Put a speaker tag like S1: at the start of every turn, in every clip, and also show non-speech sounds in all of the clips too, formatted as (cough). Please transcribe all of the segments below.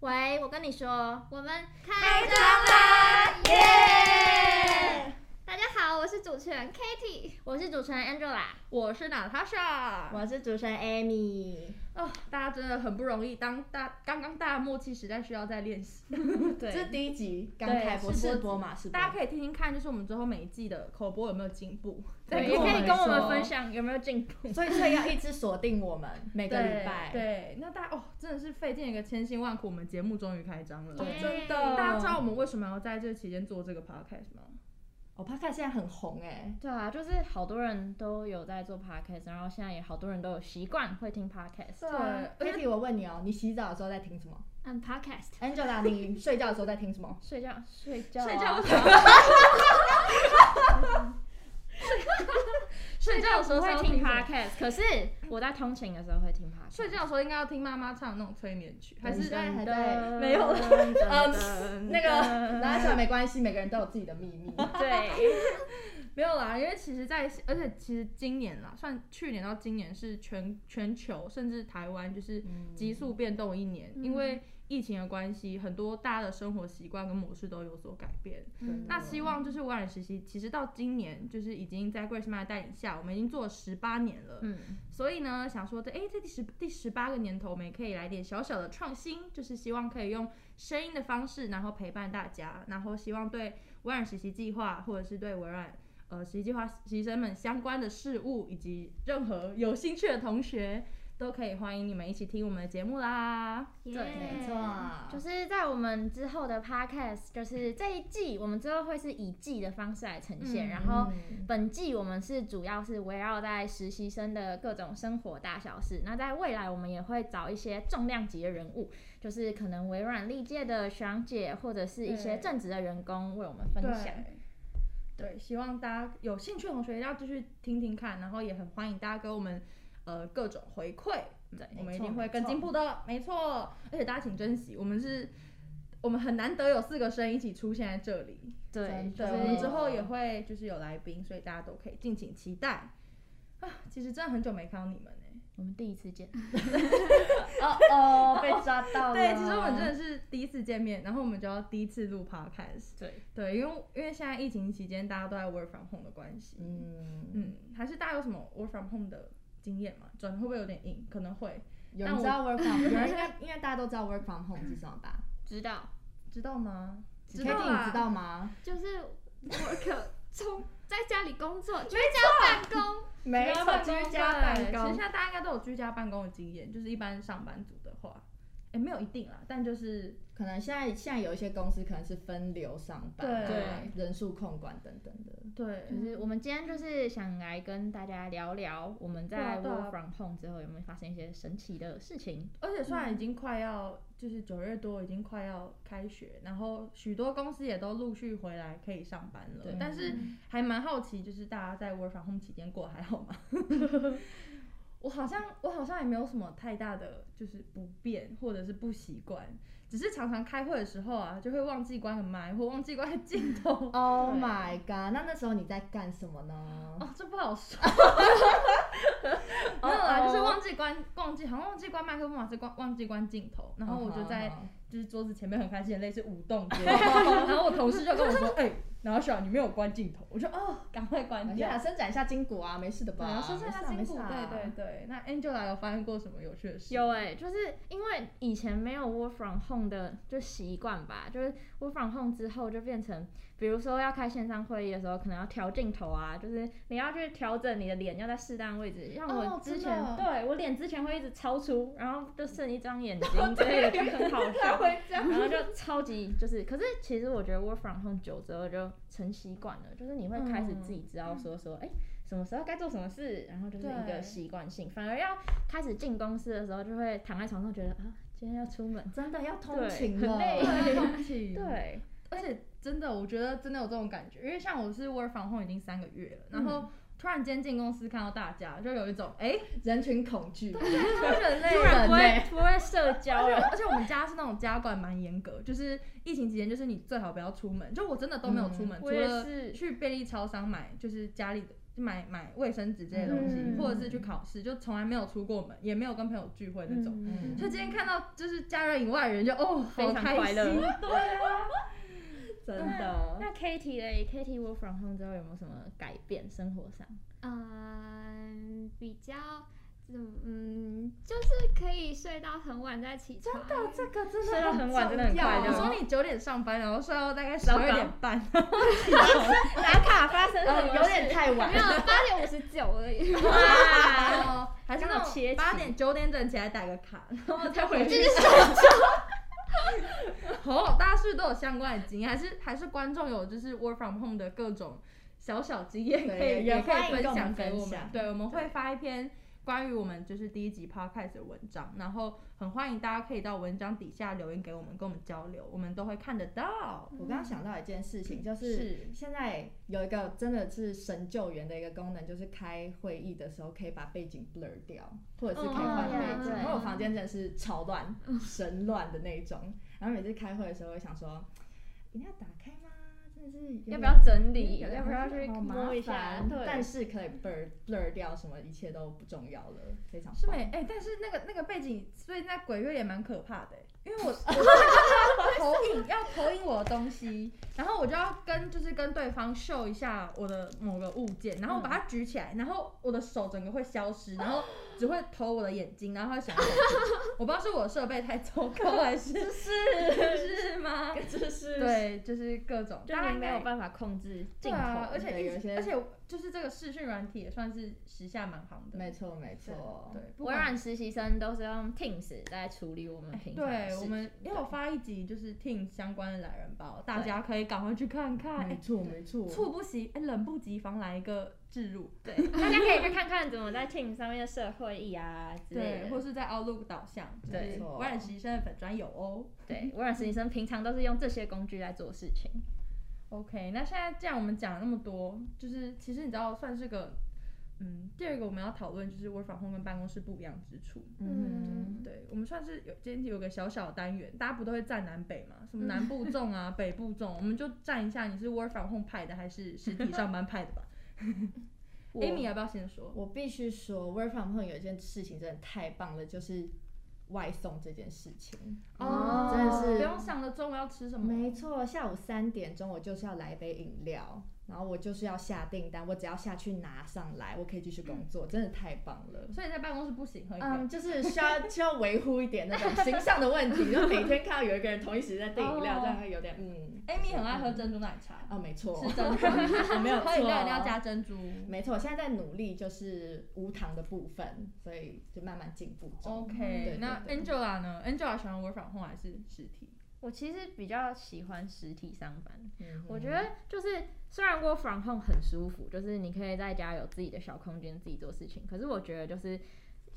S1: 喂，我跟你说，我们
S2: 开张
S1: 啦
S2: 啦！耶！
S1: 大家好，我是主持人 Kitty，我是主持人 Angela，
S2: 我是娜塔莎。
S1: 我是主持人 Amy。
S2: 哦，大家真的很不容易，当大刚刚大家默契时代需要再练习。 (laughs)
S3: 这是第一集刚
S2: 对
S3: 开播
S2: 试播
S3: 试播嘛，试播
S2: 大家可以听听看，就是我们最后每一季的口播有没有进步？
S3: 对
S1: 也可以跟我们
S3: 说
S1: 分享有没有进步。
S3: 所以所以要一直锁定我们每个礼拜。
S2: 对，那大家哦，真的是费尽一个千辛万苦，我们节目终于开张了。
S3: 哦，
S1: 耶
S3: 真
S1: 嗯
S3: 的。
S2: 大家知道我们为什么要在这期间做这个 podcast 吗？
S3: 我 p o 现在很红哎，
S1: 对啊，就是好多人都有在做 podcast，然后现在也好多人都有习惯会听 podcast。
S2: 而且
S3: k i t 啊我问你哦，你洗澡的时候在听什么
S1: 按嗯 podcast，
S3: ？Angela，你睡觉的时候在听什么？
S1: 睡觉睡觉啊
S2: 睡觉的时候，
S1: (laughs) 睡觉的时候
S2: 睡觉
S1: 会
S2: 的时候听
S1: 听
S2: 什么
S1: podcast，可是我在通勤的时候会听 podcast。
S2: 睡觉的时候应该要听妈妈唱那种催眠曲，还
S3: 你
S2: 是
S3: 现在还在
S1: 噔
S2: 没有了
S1: 噔噔
S3: 嗯，
S2: (laughs)
S3: 那个拿出来没关系，每个人都有自己的秘密。
S1: 对，
S2: 没有啦，因为其实在，而且其实今年啦，算去年到今年是全全球甚至台湾就是
S3: 嗯
S2: 急速变动一年，
S1: 嗯
S2: 因为疫情的关系，很多大家的生活习惯跟模式都有所改变。
S3: 嗯
S2: 那希望就是微软实习，其实到今年就是已经在 Grace 妈的带领下，我们已经做了十八年了。
S1: 嗯，
S2: 所以呢，想说这哎，这第十第十八个年头，我们也可以来点小小的创新，就是希望可以用声音的方式，然后陪伴大家，然后希望对微软实习计划或者是对微软呃实习计划实习生们相关的事物，以及任何有兴趣的同学，都可以欢迎你们一起听我们的节目啦。
S1: 对
S3: 对，没错。
S1: 就是在我们之后的 podcast，就是这一季，我们之后会是以季的方式来呈现，
S2: 嗯
S1: 然后
S3: 嗯
S1: 本季我们是主要是围绕在实习生的各种生活大小事。那在未来，我们也会找一些重量级的人物，就是可能微软历届的学长姐或者是一些
S2: 对
S1: 正职的员工为我们分享。
S2: 对，希望大家有兴趣的同学要继续听听看，然后也很欢迎大家给我们呃各种回馈，对我们一
S3: 错
S2: 定会
S3: 没
S2: 更进
S3: 错
S2: 步的，没错。而且大家请珍惜，我们是，我们很难得有四个声一起出现在这里，
S1: 对，
S3: 真
S1: 就
S2: 对，
S3: 的
S2: 我们之
S1: 是
S2: 后也会就是有来宾，所以大家都可以敬请期待。啊，其实真的很久没看到你们呢、
S1: 我们第一次见。
S3: 哦哦，被抓到了。
S2: 欸对，其实我们真的是第一次见面，然后我们就要第一次录 podcast。
S1: 对，
S2: 对，因为因为现在疫情期间大家都在 work from home 的关系，
S3: 嗯，
S2: 嗯，还是大家有什么 work from home 的经验嘛？转会不会有点硬？可能会，
S3: 有
S2: 但
S3: 人
S2: 我
S3: 知道 work
S2: (laughs)
S3: from，有人应该应该大家都知道 work from home 是什么吧
S1: (laughs) 知道，
S2: 知道吗？
S3: ？K
S2: 知
S3: T
S2: 道
S3: 你
S2: 啦
S3: 知道吗？
S4: 就是我可从在家里工作，居家办公，
S3: 没
S2: 居
S3: 错，
S2: 办公
S3: 居家办
S2: 对其实
S3: 公
S2: 现。在大家应该都有居家办公的经验，就是一般上班族的话，哎、没有一定啦，但就是
S3: 可能现在现在有一些公司可能是分流上班啊，
S2: 对
S3: 人数控管等等的。
S2: 对
S1: 就，
S3: 嗯
S1: 是我们今天就是想来跟大家聊聊我们
S2: 对啊
S1: 在
S2: 对啊
S1: work from home 之后有没有发生一些神奇的事情。
S2: 而且虽然已经快要、就是九月多，已经快要开学，然后许多公司也都陆续回来可以上班了
S3: 对，。
S2: 但是还蛮好奇，就是大家在 work from home 期间过得还好吗？我好像我好像也没有什么太大的就是不便或者是不习惯，只是常常开会的时候啊，就会忘记关个麦或忘记关个镜头
S3: Oh (laughs) my god！那那时候你在干什么呢？
S2: 哦，这不好说。没有啦，就是忘记关，忘记好像忘记关麦克风，还是关忘记关镜头，然后我就在
S3: 嗯哼
S2: 就是桌子前面很开心的类似舞动之类的， (laughs) 然后我同事就跟我说，哎、然后小你没有关镜头，我说哦，赶快关
S3: 你
S2: 掉
S3: 想。伸展一下筋骨啊，没事的
S2: 对
S3: 吧？
S2: 啊，身上要
S3: 没
S2: 筋
S3: 事
S2: 骨，
S3: 啊
S2: 对对
S3: 没事啊
S2: 对。那 Angela 有发生过什么有趣的事？
S1: 有哎、就是因为以前没有 work from home 的就习惯吧，就是 work from home 之后就变成，比如说要开线上会议的时候，可能要调镜头啊，就是你要去调整你的脸要在适当位置。像我
S3: 哦
S1: 之
S3: 真的
S1: 前，对我脸之前会一直超出，然后就剩一张眼睛之类的，就很好
S3: (laughs)
S1: 笑。然后就超级就是，可是其实我觉得 work from home 久之后就成习惯了，就是你会开始自己知道说说，哎、什么时候该做什么事，然后就是一个
S2: 嗯对
S1: 习惯性，反而要开始进公司的时候，就会躺在床上觉得啊，今天要出门，
S3: 真的要通
S1: 对
S3: 勤
S1: 很
S3: 了，
S1: 累
S2: 对啊，恭喜。
S1: 对，
S2: 而且真的，我觉得真的有这种感觉，因为像我是 work from home 已经三个月了，然后突然间进公司看到大家，就有一种哎，
S3: 人群恐惧，
S2: 人
S1: 突然不会不会社交
S2: (laughs)
S1: 了，
S2: 而且我们家是那种家管蛮严格，就是疫情期间，就是你最好不要出门。就我真的都没有出门，
S1: 嗯
S2: 除
S1: 我也
S2: 了
S1: 是
S2: 去便利超商买，就是家里的买买卫生纸这些东西，
S1: 嗯
S2: 或者是去考试，就从来没有出过门，也没有跟朋友聚会那种。
S1: 嗯
S2: 所以今天看到就是家人以外的人就，哦，好
S1: 非常
S2: 开
S1: 快
S2: 心，
S1: 乐
S2: (laughs) 对啊，
S3: 真的。
S1: 那 Katie 嘞，Katie work from home 之后有没有什么改变生活上？ (laughs)
S4: 嗯，比较，嗯，就是可以睡到很晚再起床。真的，
S2: 这个真
S1: 睡到很晚真的很快乐
S2: 我说你九点上班，然后睡到大概十
S1: 糟糕
S2: 二点半，
S1: 打卡发生
S2: 哦
S3: 呃，有点太晚
S4: 没有，八点五十九而已。
S1: 哇，
S2: 哦，还是那
S1: 刚好切起
S2: 种八点九点整起来打个卡，然后再回
S4: 这
S2: 去
S4: 是。
S2: (laughs) 哦，大家是不是都有相关的经验？还是还是观众有就是 work from home 的各种小小经验
S3: 对
S2: 可以
S3: 也
S2: 也可
S3: 欢迎
S2: 以分
S3: 跟我
S2: 享
S3: 们
S2: 给
S3: 分
S2: 我们
S3: 享？
S2: 对，我们会发一篇关于我们就是第一集 podcast 的文章，然后很欢迎大家可以到文章底下留言给我们，跟我们交流，我们都会看得到。
S3: 我刚刚想到一件事情，就是
S2: 是
S3: 现在有一个真的是神救援的一个功能，就是开会议的时候可以把背景 blur 掉，或者是可以换
S1: 哦
S3: 背景。
S1: 对嗯
S3: 因为我房间真的是超乱、 (laughs) 神乱的那种，然后每次开会的时候，我会想说，一定要打开吗？真的是有点
S1: 要不要整理？
S3: 有点
S1: 要不要去
S3: 好麻
S1: 摸一下？
S3: 烦
S1: 对，
S3: 但是可以 blur blur 掉什么，一切都不重要了，非常
S2: 是
S3: 棒
S2: 没哎、但是那个那个背景，所以那鬼月也蛮可怕的、
S1: (laughs)
S2: 因为我我投影要投影我的东西，然后我就要跟就是跟对方秀一下我的某个物件，然后我把它举起来，然后我的手整个会消失，然后只会投我的眼睛，然后会想要投进去我不知道是我的设备太糟糕
S1: (laughs)
S2: 还是是是
S1: 啊
S2: 吗？
S3: 就是
S2: 对，就是各种，
S1: (laughs) 就
S2: 大家
S1: 你没有
S2: 应该
S1: 办法控制
S2: 对
S1: 镜头，
S2: 啊，而且
S3: 对
S2: 一
S3: 有一些
S2: 而且就是这个视讯软体也算是时下蛮行的，
S3: 没错没错，
S2: 对，不
S1: 微
S2: 管
S1: 软实习生都是用 Teams 在处理哎我们平常的事
S2: 对，我
S1: 情
S2: 们也有发一集就是 Team 相关的懒人包，大家可以赶快去看看。
S3: 没
S2: 哎，
S3: 错没错，
S2: 猝不及，哎，冷不及防来一个置入，对
S1: (laughs) 大家可以去看看怎么在 Teams 上面设会议啊之类
S2: 对，
S1: 的。
S2: 或是在 Outlook 导向，就
S1: 对
S2: 是微软实习生的粉专有哦。
S1: 对，微软实习生平常都是用这些工具来做事情。
S2: OK，那现在既然我们讲了那么多，就是其实你知道算是个，嗯，第二个我们要讨论就是 work from home 跟办公室不一样之处。
S4: 嗯，
S2: 对，我们算是有今天有个小小的单元，大家不都会站南北嘛？什么南
S3: (laughs)
S2: 部粽啊、北部粽，我们就站一下，你是 work from home 派的还是实体上班派的
S3: (laughs)
S2: 吧
S3: 我
S2: ？Amy 要不要先说？
S3: 我必须说，work from home 有一件事情真的太棒了，就是外送这件事情。
S1: 哦
S3: 真的是
S2: 不用想着中午要吃什么，
S3: 没错，下午三点钟我就是要来一杯饮料，然后我就是要下订单，我只要下去拿上来，我可以继续工作，真的太棒了。
S2: 所以在办公室不行喝饮料。
S3: 嗯，就是需要需要维护一点那种形象的问题， (laughs) 就每天看到有一个人同一时间订饮料，
S2: 哦
S3: 这样会有点嗯。
S2: Amy 很爱喝珍珠奶茶，
S3: 啊，没错，
S2: 是
S3: (laughs)
S2: 珍珠，
S3: 嗯没有错
S2: 喝饮料一定要加珍珠。
S3: 没错，现在在努力就是无糖的部分，所以就慢慢进步中。
S2: OK，
S3: 对
S2: 那
S3: 对对
S2: Angela 呢？Angela 喜欢 work from home 还是实体？
S1: 我其实比较喜欢实体上班，
S3: 嗯哼
S1: 我觉得就是虽然 work from home 很舒服，就是你可以在家有自己的小空间自己做事情，可是我觉得就是。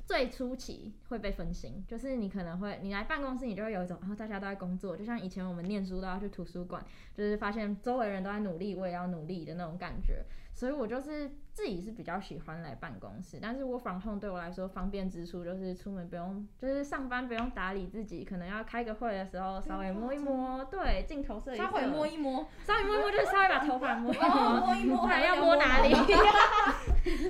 S1: 最初期会被分心，就是你可能会，你来办公室，你就会有一种，然、后大家都在工作，就像以前我们念书都要去图书馆，就是发现周围人都在努力，我也要努力的那种感觉。所以我就是自己是比较喜欢来办公室，但是我 from home 对我来说方便之处就是出门不用，就是上班不用打理自己，可能要开个会的时候稍微摸一摸，对，镜头摄一
S2: 啊稍微
S1: 摄
S2: 摸一摸，
S1: 稍微摸一摸就是稍微把头发摸一
S2: (laughs) 哦，
S1: 摸，
S2: 摸一摸， (laughs)
S1: 不然要摸哪里？？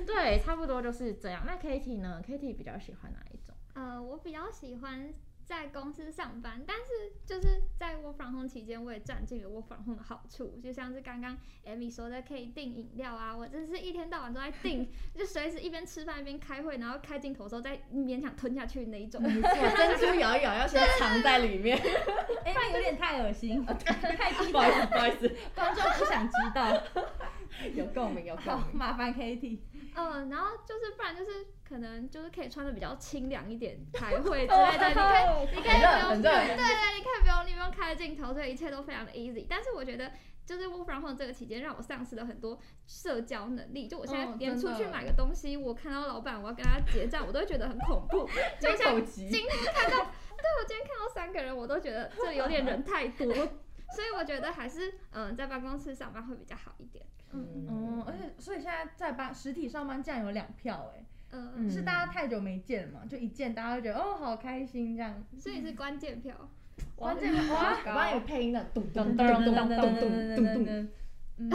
S1: 对，差不多就是这样。那 Kitty 呢？Kitty 比较喜欢哪一种？
S4: 呃，我比较喜欢在公司上班，但是就是在 work from home 期间，我也占尽了 work from home 的好处，就像是刚刚 Amy 说的，可以订饮料啊，我真是一天到晚都在订，就随时一边吃饭一边开会，然后开镜头的时候再勉强吞下去那一
S3: (laughs)
S4: 种。
S3: 我珍珠摇一摇，要先藏在里 (laughs) 面。
S2: 哎，那有点太恶 (laughs) 心，太低
S3: 不好意思，不好意思，
S2: 观众不想知道，
S3: (laughs) 有共鸣，有共
S2: 好
S3: 鸣。
S2: (laughs) 麻烦 Kitty。
S4: 嗯，然后就是不然就是可能就是可以穿的比较清凉一点开会
S3: (laughs)
S4: 之类的，你可以你可以
S3: 哦很热
S4: 不
S3: 很热
S4: 用，对啊对，你可以不用，你不用开镜头，所以一切都非常的 easy。但是我觉得，就是 work from home 这个期间，让我丧失了很多社交能力。就我现在
S3: 哦
S2: 嗯
S4: 连
S2: 真
S4: 出
S2: 的
S4: 去买个东西，我看到老板，我要跟他结账，我都会觉得很恐怖。就像
S3: 口
S4: 今
S3: 急，
S4: 天看到，对我今天看到三个人，我都觉得这里有点人太多。所以我觉得还是嗯，在办公室上班会比较好一点。
S2: 嗯，
S3: 嗯，
S2: 而且所以现在在班实体上班竟然有两票哎、
S1: 嗯
S4: 嗯，
S2: 是大家太久没见了嘛，就一见大家会觉得哦好开心这样。
S4: 所以是关键票。
S2: 关键哇，
S3: 我帮你配音的，咚咚
S2: 噔
S3: 咚咚
S2: 噔
S3: 咚咚
S2: 噔噔噔
S3: 咚
S2: 噔
S3: 咚
S2: 噔 (laughs)
S3: 咚。
S2: 嗯，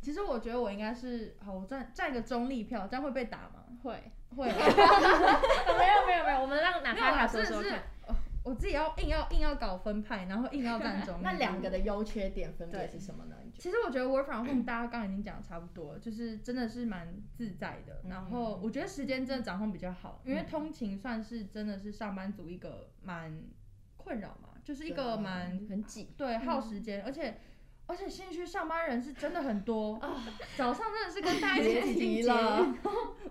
S2: 其实我觉得我应该是好，我站站一个中立票，这样会被打吗？
S1: 会，
S2: 会 (laughs) 啊，
S1: 没有没有没有，我们让哪
S2: 没有啦，
S1: 怕他
S2: 真
S1: 说说
S2: 的是
S1: 看。
S2: 哦我自己要硬要硬要搞分派，然后硬要
S3: (laughs)
S2: 站中立。
S3: 那两个的优缺点分别
S2: 对
S3: 是什么呢？你 (laughs) 觉
S2: 其实我觉得 work from home 大家刚刚已经讲的差不多了，就是真的是蛮自在的。
S3: 嗯
S2: 然后我觉得时间真的掌控比较好，因为
S3: 嗯
S2: 通勤算是真的是上班族一个蛮困扰嘛，就是一
S3: 对
S2: 个
S3: 啊
S2: 蛮
S1: 很挤，
S2: 对耗时
S1: 嗯
S2: 间，而且而且新区上班人是真的很多，
S1: 啊
S2: 早上真的是跟大家一
S3: 得别
S2: 起挤进
S3: 提
S2: 捷运
S3: 了，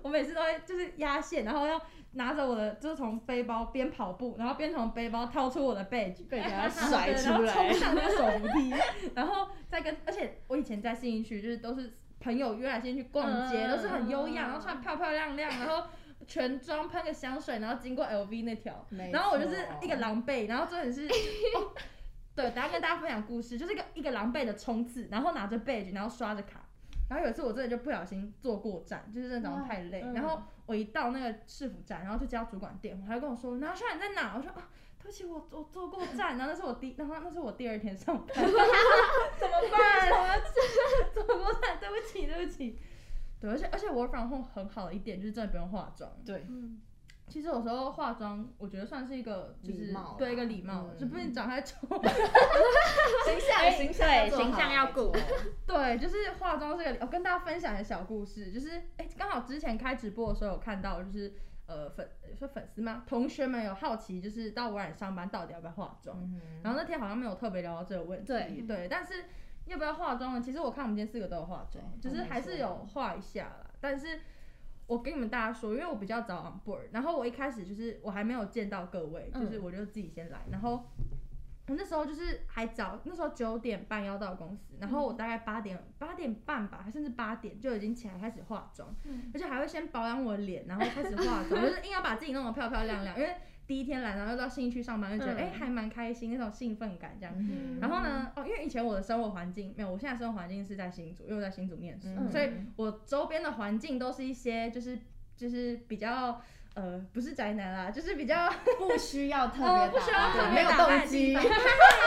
S2: 我每次都会就是压线，然后要拿着我的，就是从背包边跑步，然后边从背包掏出我的 badge，
S3: 被人家啊甩
S2: 对
S3: 出
S2: 然后
S3: 来
S2: 冲。上那个手扶梯，然后再跟，而且我以前在信义区就是都是朋友约来先去逛街，
S1: 嗯
S2: 都是很优雅，然后穿漂漂亮亮，然后全妆喷个香水，然后经过 LV 那条，
S3: 没
S2: 然后我就是一个
S3: 错
S2: 狼狈，然后重点是。哦对，等一下跟大家分享故事，就是一个一个狼狈的冲刺，然后拿着 badge，然后刷着卡，然后有一次我真的就不小心坐过站，就是真的早上太累，
S1: 嗯
S2: 然后我一到那个市府站，然后就接到主管电话，他就跟我说：“拿下你在哪？”我说：“啊，对不起，我我坐过站。”然后那是我第，然后那是我第二天上班，
S3: (laughs)
S2: (laughs) 怎么办？ (laughs) 我坐过站， (laughs) 对不起，对不起。对，而且而且我 from home 很好的一点就是真的不用化妆。
S3: 对，
S4: 嗯，
S2: 其实有时候化妆，我觉得算是一个就是
S3: 礼貌啦
S2: 对一个礼貌，
S3: 嗯
S2: 就不能长太丑。 (laughs)
S3: 形象
S1: 哎
S3: 形象要
S1: 对
S3: 做好
S1: 形象要顾
S3: 没错
S2: 对，就是化妆这个，我、跟大家分享一个小故事，就是哎，刚、好之前开直播的时候有看到，就是呃粉说粉丝嘛，同学们有好奇，就是到晚上班到底要不要化妆？
S3: 嗯
S2: 然后那天好像没有特别聊到这个问题，
S1: 对
S2: 对，但是要不要化妆呢？其实我看我们今天四个都有化
S1: 哦
S2: 妆，
S3: 对
S2: 就是还是有化一下啦。但是我跟你们大家说，因为我比较早 on board，然后我一开始就是我还没有见到各位，
S1: 嗯
S2: 就是我就自己先来，然后。我那时候就是还早，那时候九点半要到公司，然后
S1: 嗯
S2: 我大概八点八点半吧，还甚至八点就已经起来开始化妆，
S4: 嗯
S2: 而且还会先保养我的脸，然后开始化妆，就是硬要把自己弄得漂漂亮亮，因为第一天来，然后又到新区上班，就觉
S1: 嗯
S2: 得哎、还蛮开心，那种兴奋感这样。
S3: 嗯
S2: 然后呢，哦，因为以前我的生活环境没有，我现在生活环境是在新竹，因为我在新竹念书，
S3: 嗯
S2: 所以我周边的环境都是一些就是就是比较呃不是宅男啦， (laughs) 就是比较
S3: 哦不需要特
S2: 呃
S3: 别
S2: 不需要
S3: 打
S2: 特
S3: 扮，没
S2: 别
S3: 有
S2: 打扮
S3: 动
S2: 的地
S3: 机
S2: 方，。
S3: (laughs)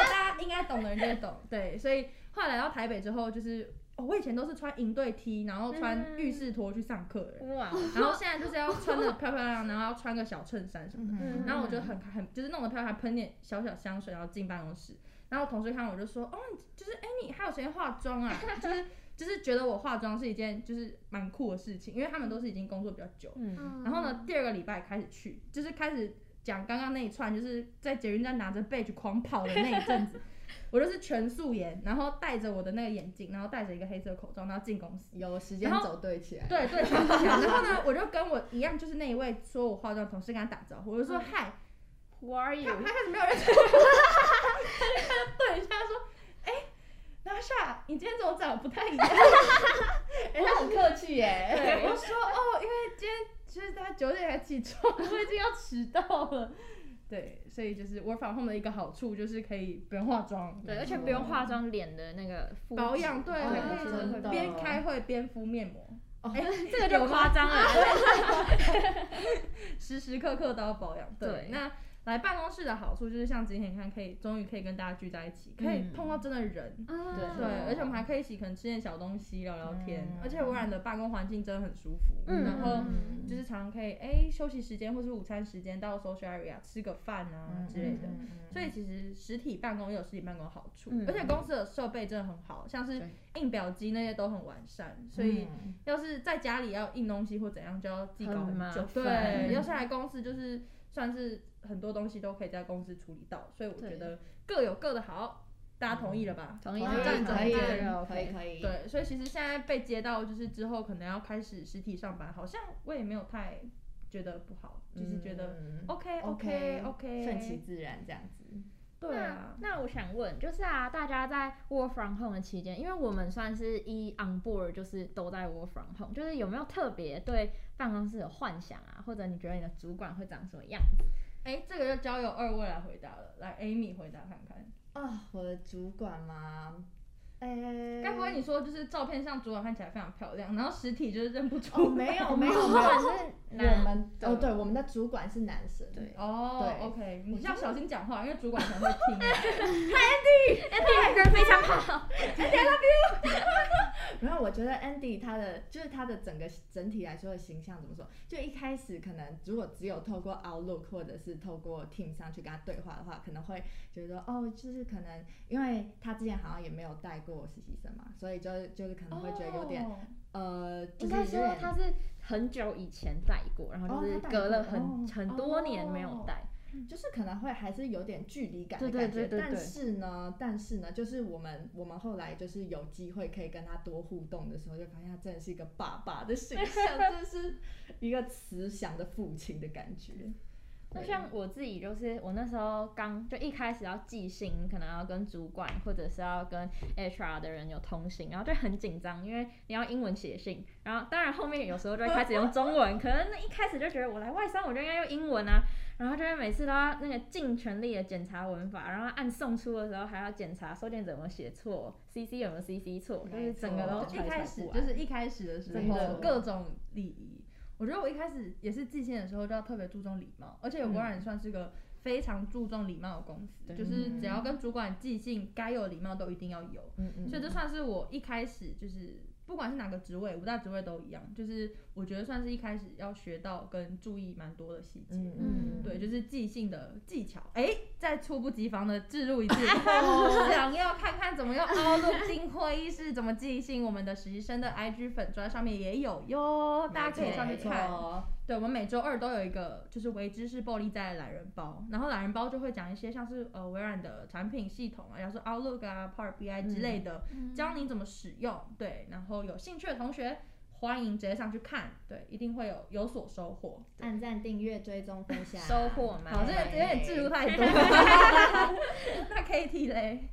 S2: 大家应该懂的人就会懂。对，所以后来来到台北之后，就是、哦、我以前都是穿营队 T，然后穿
S1: 嗯
S2: 浴室拖去上课的人，
S1: 哇，
S2: 然后现在就是要穿的漂漂亮亮，然后要穿个小衬衫什么的。
S1: 嗯
S2: 然后我就很很就是弄得漂亮，还喷点小小香水，然后进办公室。然后同事看我就说，哦，你就是哎、你还有时间化妆啊？ (laughs) 就是就是觉得我化妆是一件就是蛮酷的事情，因为他们都是已经工作比较久。
S1: 嗯，
S4: 嗯
S2: 然后呢，，第二个礼拜开始去，就是开始讲刚刚那一串，就是在捷运站拿着 badge 狂跑的那一阵子， (laughs) 我就是全素颜，然后戴着我的那个眼镜，然后戴着一个黑色口罩，然后进公司。
S3: 有时间
S2: 然后
S3: 走对起来，
S2: 对对，想不起来然后呢，我就跟我一样，就是那一位说我化妆的同事跟他打招呼，我就说
S4: 嗯
S2: 嗨，
S1: Who are you？
S2: 他开始没有认识，他就对一下说：“哎、拿下，你今天怎么长得不太一样
S3: 哎，他很客气？”耶，
S2: 对，我就说：“哦，因为今天就是他九点才起床，我已经要迟到了。”对，所以就是我反 home 的一个好处就是可以不用化妆，
S1: 对，而且不用化妆，脸的那个肤质
S2: 保养，对，
S3: 哦
S2: 还可以
S3: 真的
S2: 边开会边敷面膜。
S3: 哦
S2: 哎、
S1: 这个就夸张了。
S2: 时时刻刻都要保养。对，
S1: 对
S2: 那来办公室的好处就是像今天看，可以终于可以跟大家聚在一起，可以
S3: 嗯
S2: 碰到真的人，
S4: 嗯
S3: 对
S2: 对，而且我们还可以一起可能吃点小东西聊聊天，
S3: 嗯
S2: 而且微软的办公环境真的很舒服，
S1: 嗯
S2: 然后
S3: 嗯
S2: 就是常常可以哎、休息时间或是午餐时间到 social area 吃个饭啊、之类的。
S3: 嗯嗯嗯
S2: 所以其实实体办公也有实体办公的好处，
S1: 嗯
S2: 而且公司的设备真的很好，像是
S3: 对
S2: 印表机那些都很完善，所以
S3: 嗯
S2: 要是在家里要印东西或怎样，就要自己搞
S1: 很麻
S2: 久。
S1: 烦
S2: 对，要是来公司就是算是很多东西都可以在公司处理到，所以我
S1: 对
S2: 觉得各有各的好，大家同意了吧？
S1: 同意
S3: 可
S1: 同意
S2: 站
S3: 以嗯
S2: 着
S3: 可以
S2: 站
S1: 着
S3: 可以
S1: OK
S3: 可以，
S2: 对，所以其实现在被接到就是之后可能要开始实体上班，好像我也没有太觉得不好，就是觉得、
S3: 嗯
S2: OK
S3: OK
S2: OK OK，
S3: 顺其自然这样子，
S2: 对啊，
S1: 那我想问，就是啊，大家在 work from home 的期间，因为我们算是一 on board，就是都在 work from home，就是有没有特别对办公室有幻想啊，或者你觉得你的主管会长什么样子？
S2: 哎、这个就交由二位来回答了，来 Amy 回答看看，
S3: 啊，我的主管吗？哎，
S2: 该不会你说就是照片上主管看起来非常漂亮，然后实体就是认不出
S3: 哦，没有没有没有，
S1: 有
S3: 我们
S1: 的
S3: 哦，对，我们的主管是男生，
S1: 对
S2: 哦、
S3: 对
S2: o k
S3: 我
S2: 你
S3: 觉
S2: 要
S3: 得
S2: 小心讲话，因为主管可
S3: (laughs)
S2: 能会听。
S1: 哎，对，人非常好。
S3: 然后我觉得 Andy 他的就是他的整个整体来说的形象怎么说？就一开始可能如果只有透过 Outlook 或者是透过 Team 上去跟他对话的话，可能会觉得哦，就是可能因为他之前好像也没有带过实习生嘛，所以就就是可能会觉得有
S2: 哦
S3: 点、呃，
S1: (laughs)
S3: 就
S1: 哦应
S3: 是
S1: 该
S3: 有
S1: 说
S3: 点
S1: 他是很久以前带过，然后就
S3: 哦
S1: 是
S3: 他带
S1: 隔了
S3: 过
S1: 很、
S3: 哦
S1: 很多年没有带。
S3: 就是可能会还是有点距离感的
S1: 对
S3: 感
S1: 对
S3: 觉，
S1: 对对
S3: 但
S1: 对
S3: 是呢，但是呢，就是我们我们后来就是有机会可以跟他多互动的时候，就发现他真的是一个爸爸的形象，真的是一个慈祥的父亲的感觉。
S1: 那
S3: 对
S1: 像我自己就是，我那时候刚就一开始要寄信，可能要跟主管或者是要跟 HR 的人有通信，然后就很紧张，因为你要英文写信，然后当然后面有时候就会开始用中文，可能一开始就觉得我来外商我就应该用英文啊，然后就会每次都要那个尽全力的检查文法，然后按送出的时候还要检查收件者有没有写错，CC 有没有 CC 错，就
S3: 没
S1: 是
S3: 错
S1: 整个都
S3: 就
S2: 哦一开始
S1: 不
S2: 就
S1: 完
S2: 是一开始的时
S3: 真
S2: 候
S3: 的
S2: 各种礼仪，我觉得我一开始也是寄信的时候就要特别注重礼貌，而且有果然算是个非常注重礼貌的公司，
S1: 对
S2: 就是只要跟主管寄信，该有礼貌都一定要有。
S3: 嗯嗯
S2: 所以这算是我一开始就是不管是哪个职位，五大职位都一样，就是我觉得算是一开始要学到跟注意蛮多的细节。
S3: 嗯
S4: 嗯
S2: 对，就是寄信的技巧，哎、再猝不及防的置入一
S4: (laughs)
S2: 次，想要看看怎么用 Outlook 进会议室怎么寄信，我们的实习生的 IG 粉砖上面也有哟，大家可以上去看。对，我们每周二都有一个就是为知识暴力在的懒人包，然后懒人包就会讲一些像是呃微软的产品系统啊，像是 Outlook 啊、Power BI 之类的，
S4: 嗯
S2: 教你怎么使用。对，然后有兴趣的同学欢迎直接上去看，对，一定会有有所收获。
S3: 按赞、订阅、追踪、分享，
S1: 收获满满
S2: 好，
S3: 好
S2: 这
S3: 这
S2: 个
S3: 个
S2: 有
S3: 有
S2: 点
S3: 点
S2: 置
S3: 置
S2: 入
S3: 入
S2: 太多。那 Kitty 嘞？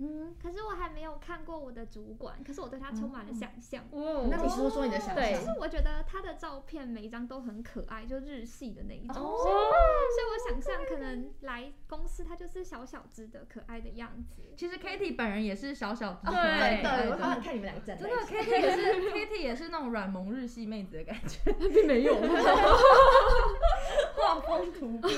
S4: 嗯，可是我还没有看过我的主管，可是我对他充满了想象。
S2: 嗯
S1: 哦
S3: 那你说说你的想
S1: 对
S4: 其
S3: 象
S4: 实，我觉得他的照片每一张都很可爱，就日系的那一种，
S1: 哦
S4: 所以所以我想象可能来公司他就是小小只的可爱的样子。
S2: 其实 Kitty 本人也是小小
S1: (laughs)
S2: 只，
S1: 对
S3: 真
S2: 对
S3: 的，我
S2: 真的
S3: 好想看你们两个站在
S2: 真
S3: 一
S2: 的
S3: 起。
S2: Kitty 也是 Kitty 也是那种软萌日系妹子的感觉，
S1: 并没有，
S3: 画风突变，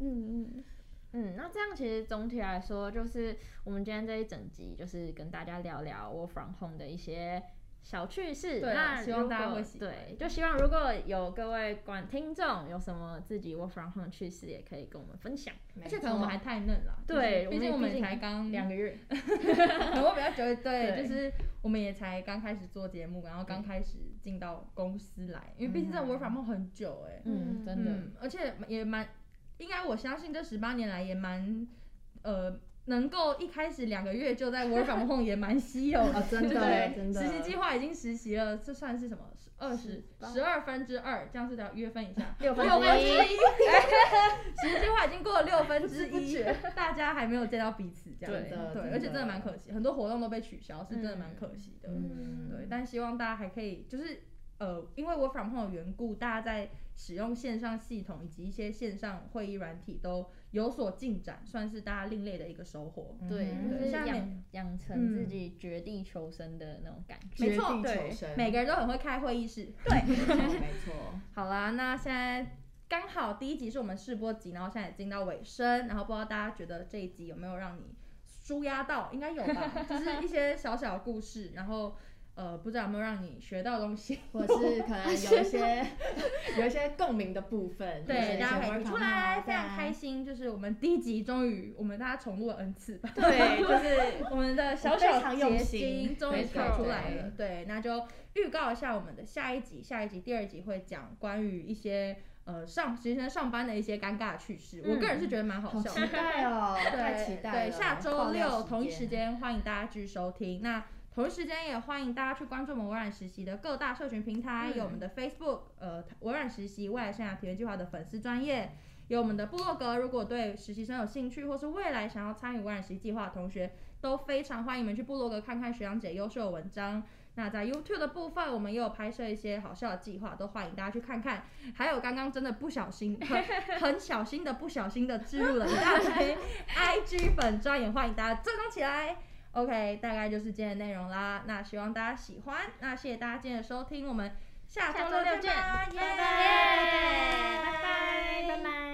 S4: 嗯嗯，
S1: 嗯，那这样其实总体来说，就是我们今天这一整集，就是跟大家聊聊 work from home 的一些小趣事。
S2: 对啊
S1: 那
S2: 希望
S1: 如
S2: 大家
S1: 果
S2: 会喜欢
S1: 对，就希望如果有各位观听众有什么自己 work from home 的趣事，也可以跟我们分享。
S2: 而且可能我们还太嫩了，
S1: 对
S2: 就是毕竟我
S1: 我们嗯
S2: 们才刚
S1: 两个 (laughs) 月，
S2: 可能会比较久，对，
S1: 对
S2: 就是我们也才刚开始做节目，然后刚开始进到公司来，因为毕竟在 work from home 很久哎、
S1: 嗯，
S4: 嗯
S1: 真的，
S2: 嗯，而且也蛮，应该我相信这十八年来也蛮，呃，能够一开始两个月就在 work from home 也蛮稀有的。
S3: 哦，真的
S2: 对
S3: (laughs) 真的
S2: 实习计划已经实习了，这算是什么？二十
S1: 18。
S2: 十二分之二，这样是得约分一下
S1: 六分
S2: 六分
S1: 之一。
S2: 之一， (laughs) 实习计划已经过了六分之
S3: 不知
S2: 一
S3: 不，
S2: (laughs) 大家还没有见到彼此，这样
S1: 对
S3: 的
S2: 对，
S3: 真
S2: 而且真
S3: 的
S2: 的蛮可惜，很多活动都被取消，是真的蛮
S1: 嗯
S2: 可惜的。
S3: 嗯
S2: (laughs) 对，但希望大家还可以，就是呃，因为 work from home 的缘故，大家在使用线上系统以及一些线上会议软体都有所进展，算是大家另类的一个收获。
S1: 对，
S3: 嗯
S1: 就是
S2: 对像每
S1: 养养成自
S2: 嗯
S1: 己绝地求生的那种感觉。
S2: 没错
S3: 绝地
S1: 对
S3: 求生，
S2: 每个人都很会开会议室。
S3: 哦没错，
S2: 好啦，那现在刚好第一集是我们试播集，然后现在也进到尾声，然后不知道大家觉得这一集有没有让你舒压到？应该有吧，就是一些小小的故事，然后呃，不知道有没有让你学到东西。
S3: 或者是可能有一些有一些共鸣的部分，
S2: 对，大家可以
S3: 回
S2: 提出来，
S3: 啊
S2: 非常开。心。就是我们第一集终于，我们大家重录了 N 次吧，
S1: 对，
S2: (laughs)
S1: 就是
S2: 我们的小
S3: 非
S2: 小
S3: 常用
S2: 结
S3: 心
S2: 晶终于
S1: 没
S2: 跑
S1: 错
S2: 出来
S3: 对
S2: 了。对，那就预告一下我们的下一集，下一集第二集会讲关于一些呃上实习生上班的一些尴尬趣事。我个人是觉得蛮好
S3: 嗯好
S2: 笑
S3: 期
S2: 的，
S3: 待哦，
S2: 对
S3: 太期待了！
S2: 对，下周
S3: 爆料
S2: 六同一时，间欢迎大家继续收听。那同一时间也欢迎大家去关注我们微软实习的各大社群平台，
S1: 嗯
S2: 有我们的 Facebook，呃，微软实习未来生涯体验计划的粉丝专业，有我们的部落格。如果对实习生有兴趣，或是未来想要参与微软实习计划的同学，都非常欢迎你们去部落格看看学长姐优秀的文章。那在 YouTube 的部分，我们也有拍摄一些好笑的计划，都欢迎大家去看看。还有刚刚真的不小心，很很小心的不小心的置入了一大 (laughs) 堆 IG 粉专，也欢迎大家追踪起来。OK，大概就是今天的内容啦。那希望大家喜欢，那谢谢大家今天的收听，我们下周
S1: 下周
S2: 六
S1: 六
S2: 见
S1: 见
S2: 吧，耶
S1: 拜拜
S2: 拜
S1: 拜拜
S4: 拜拜。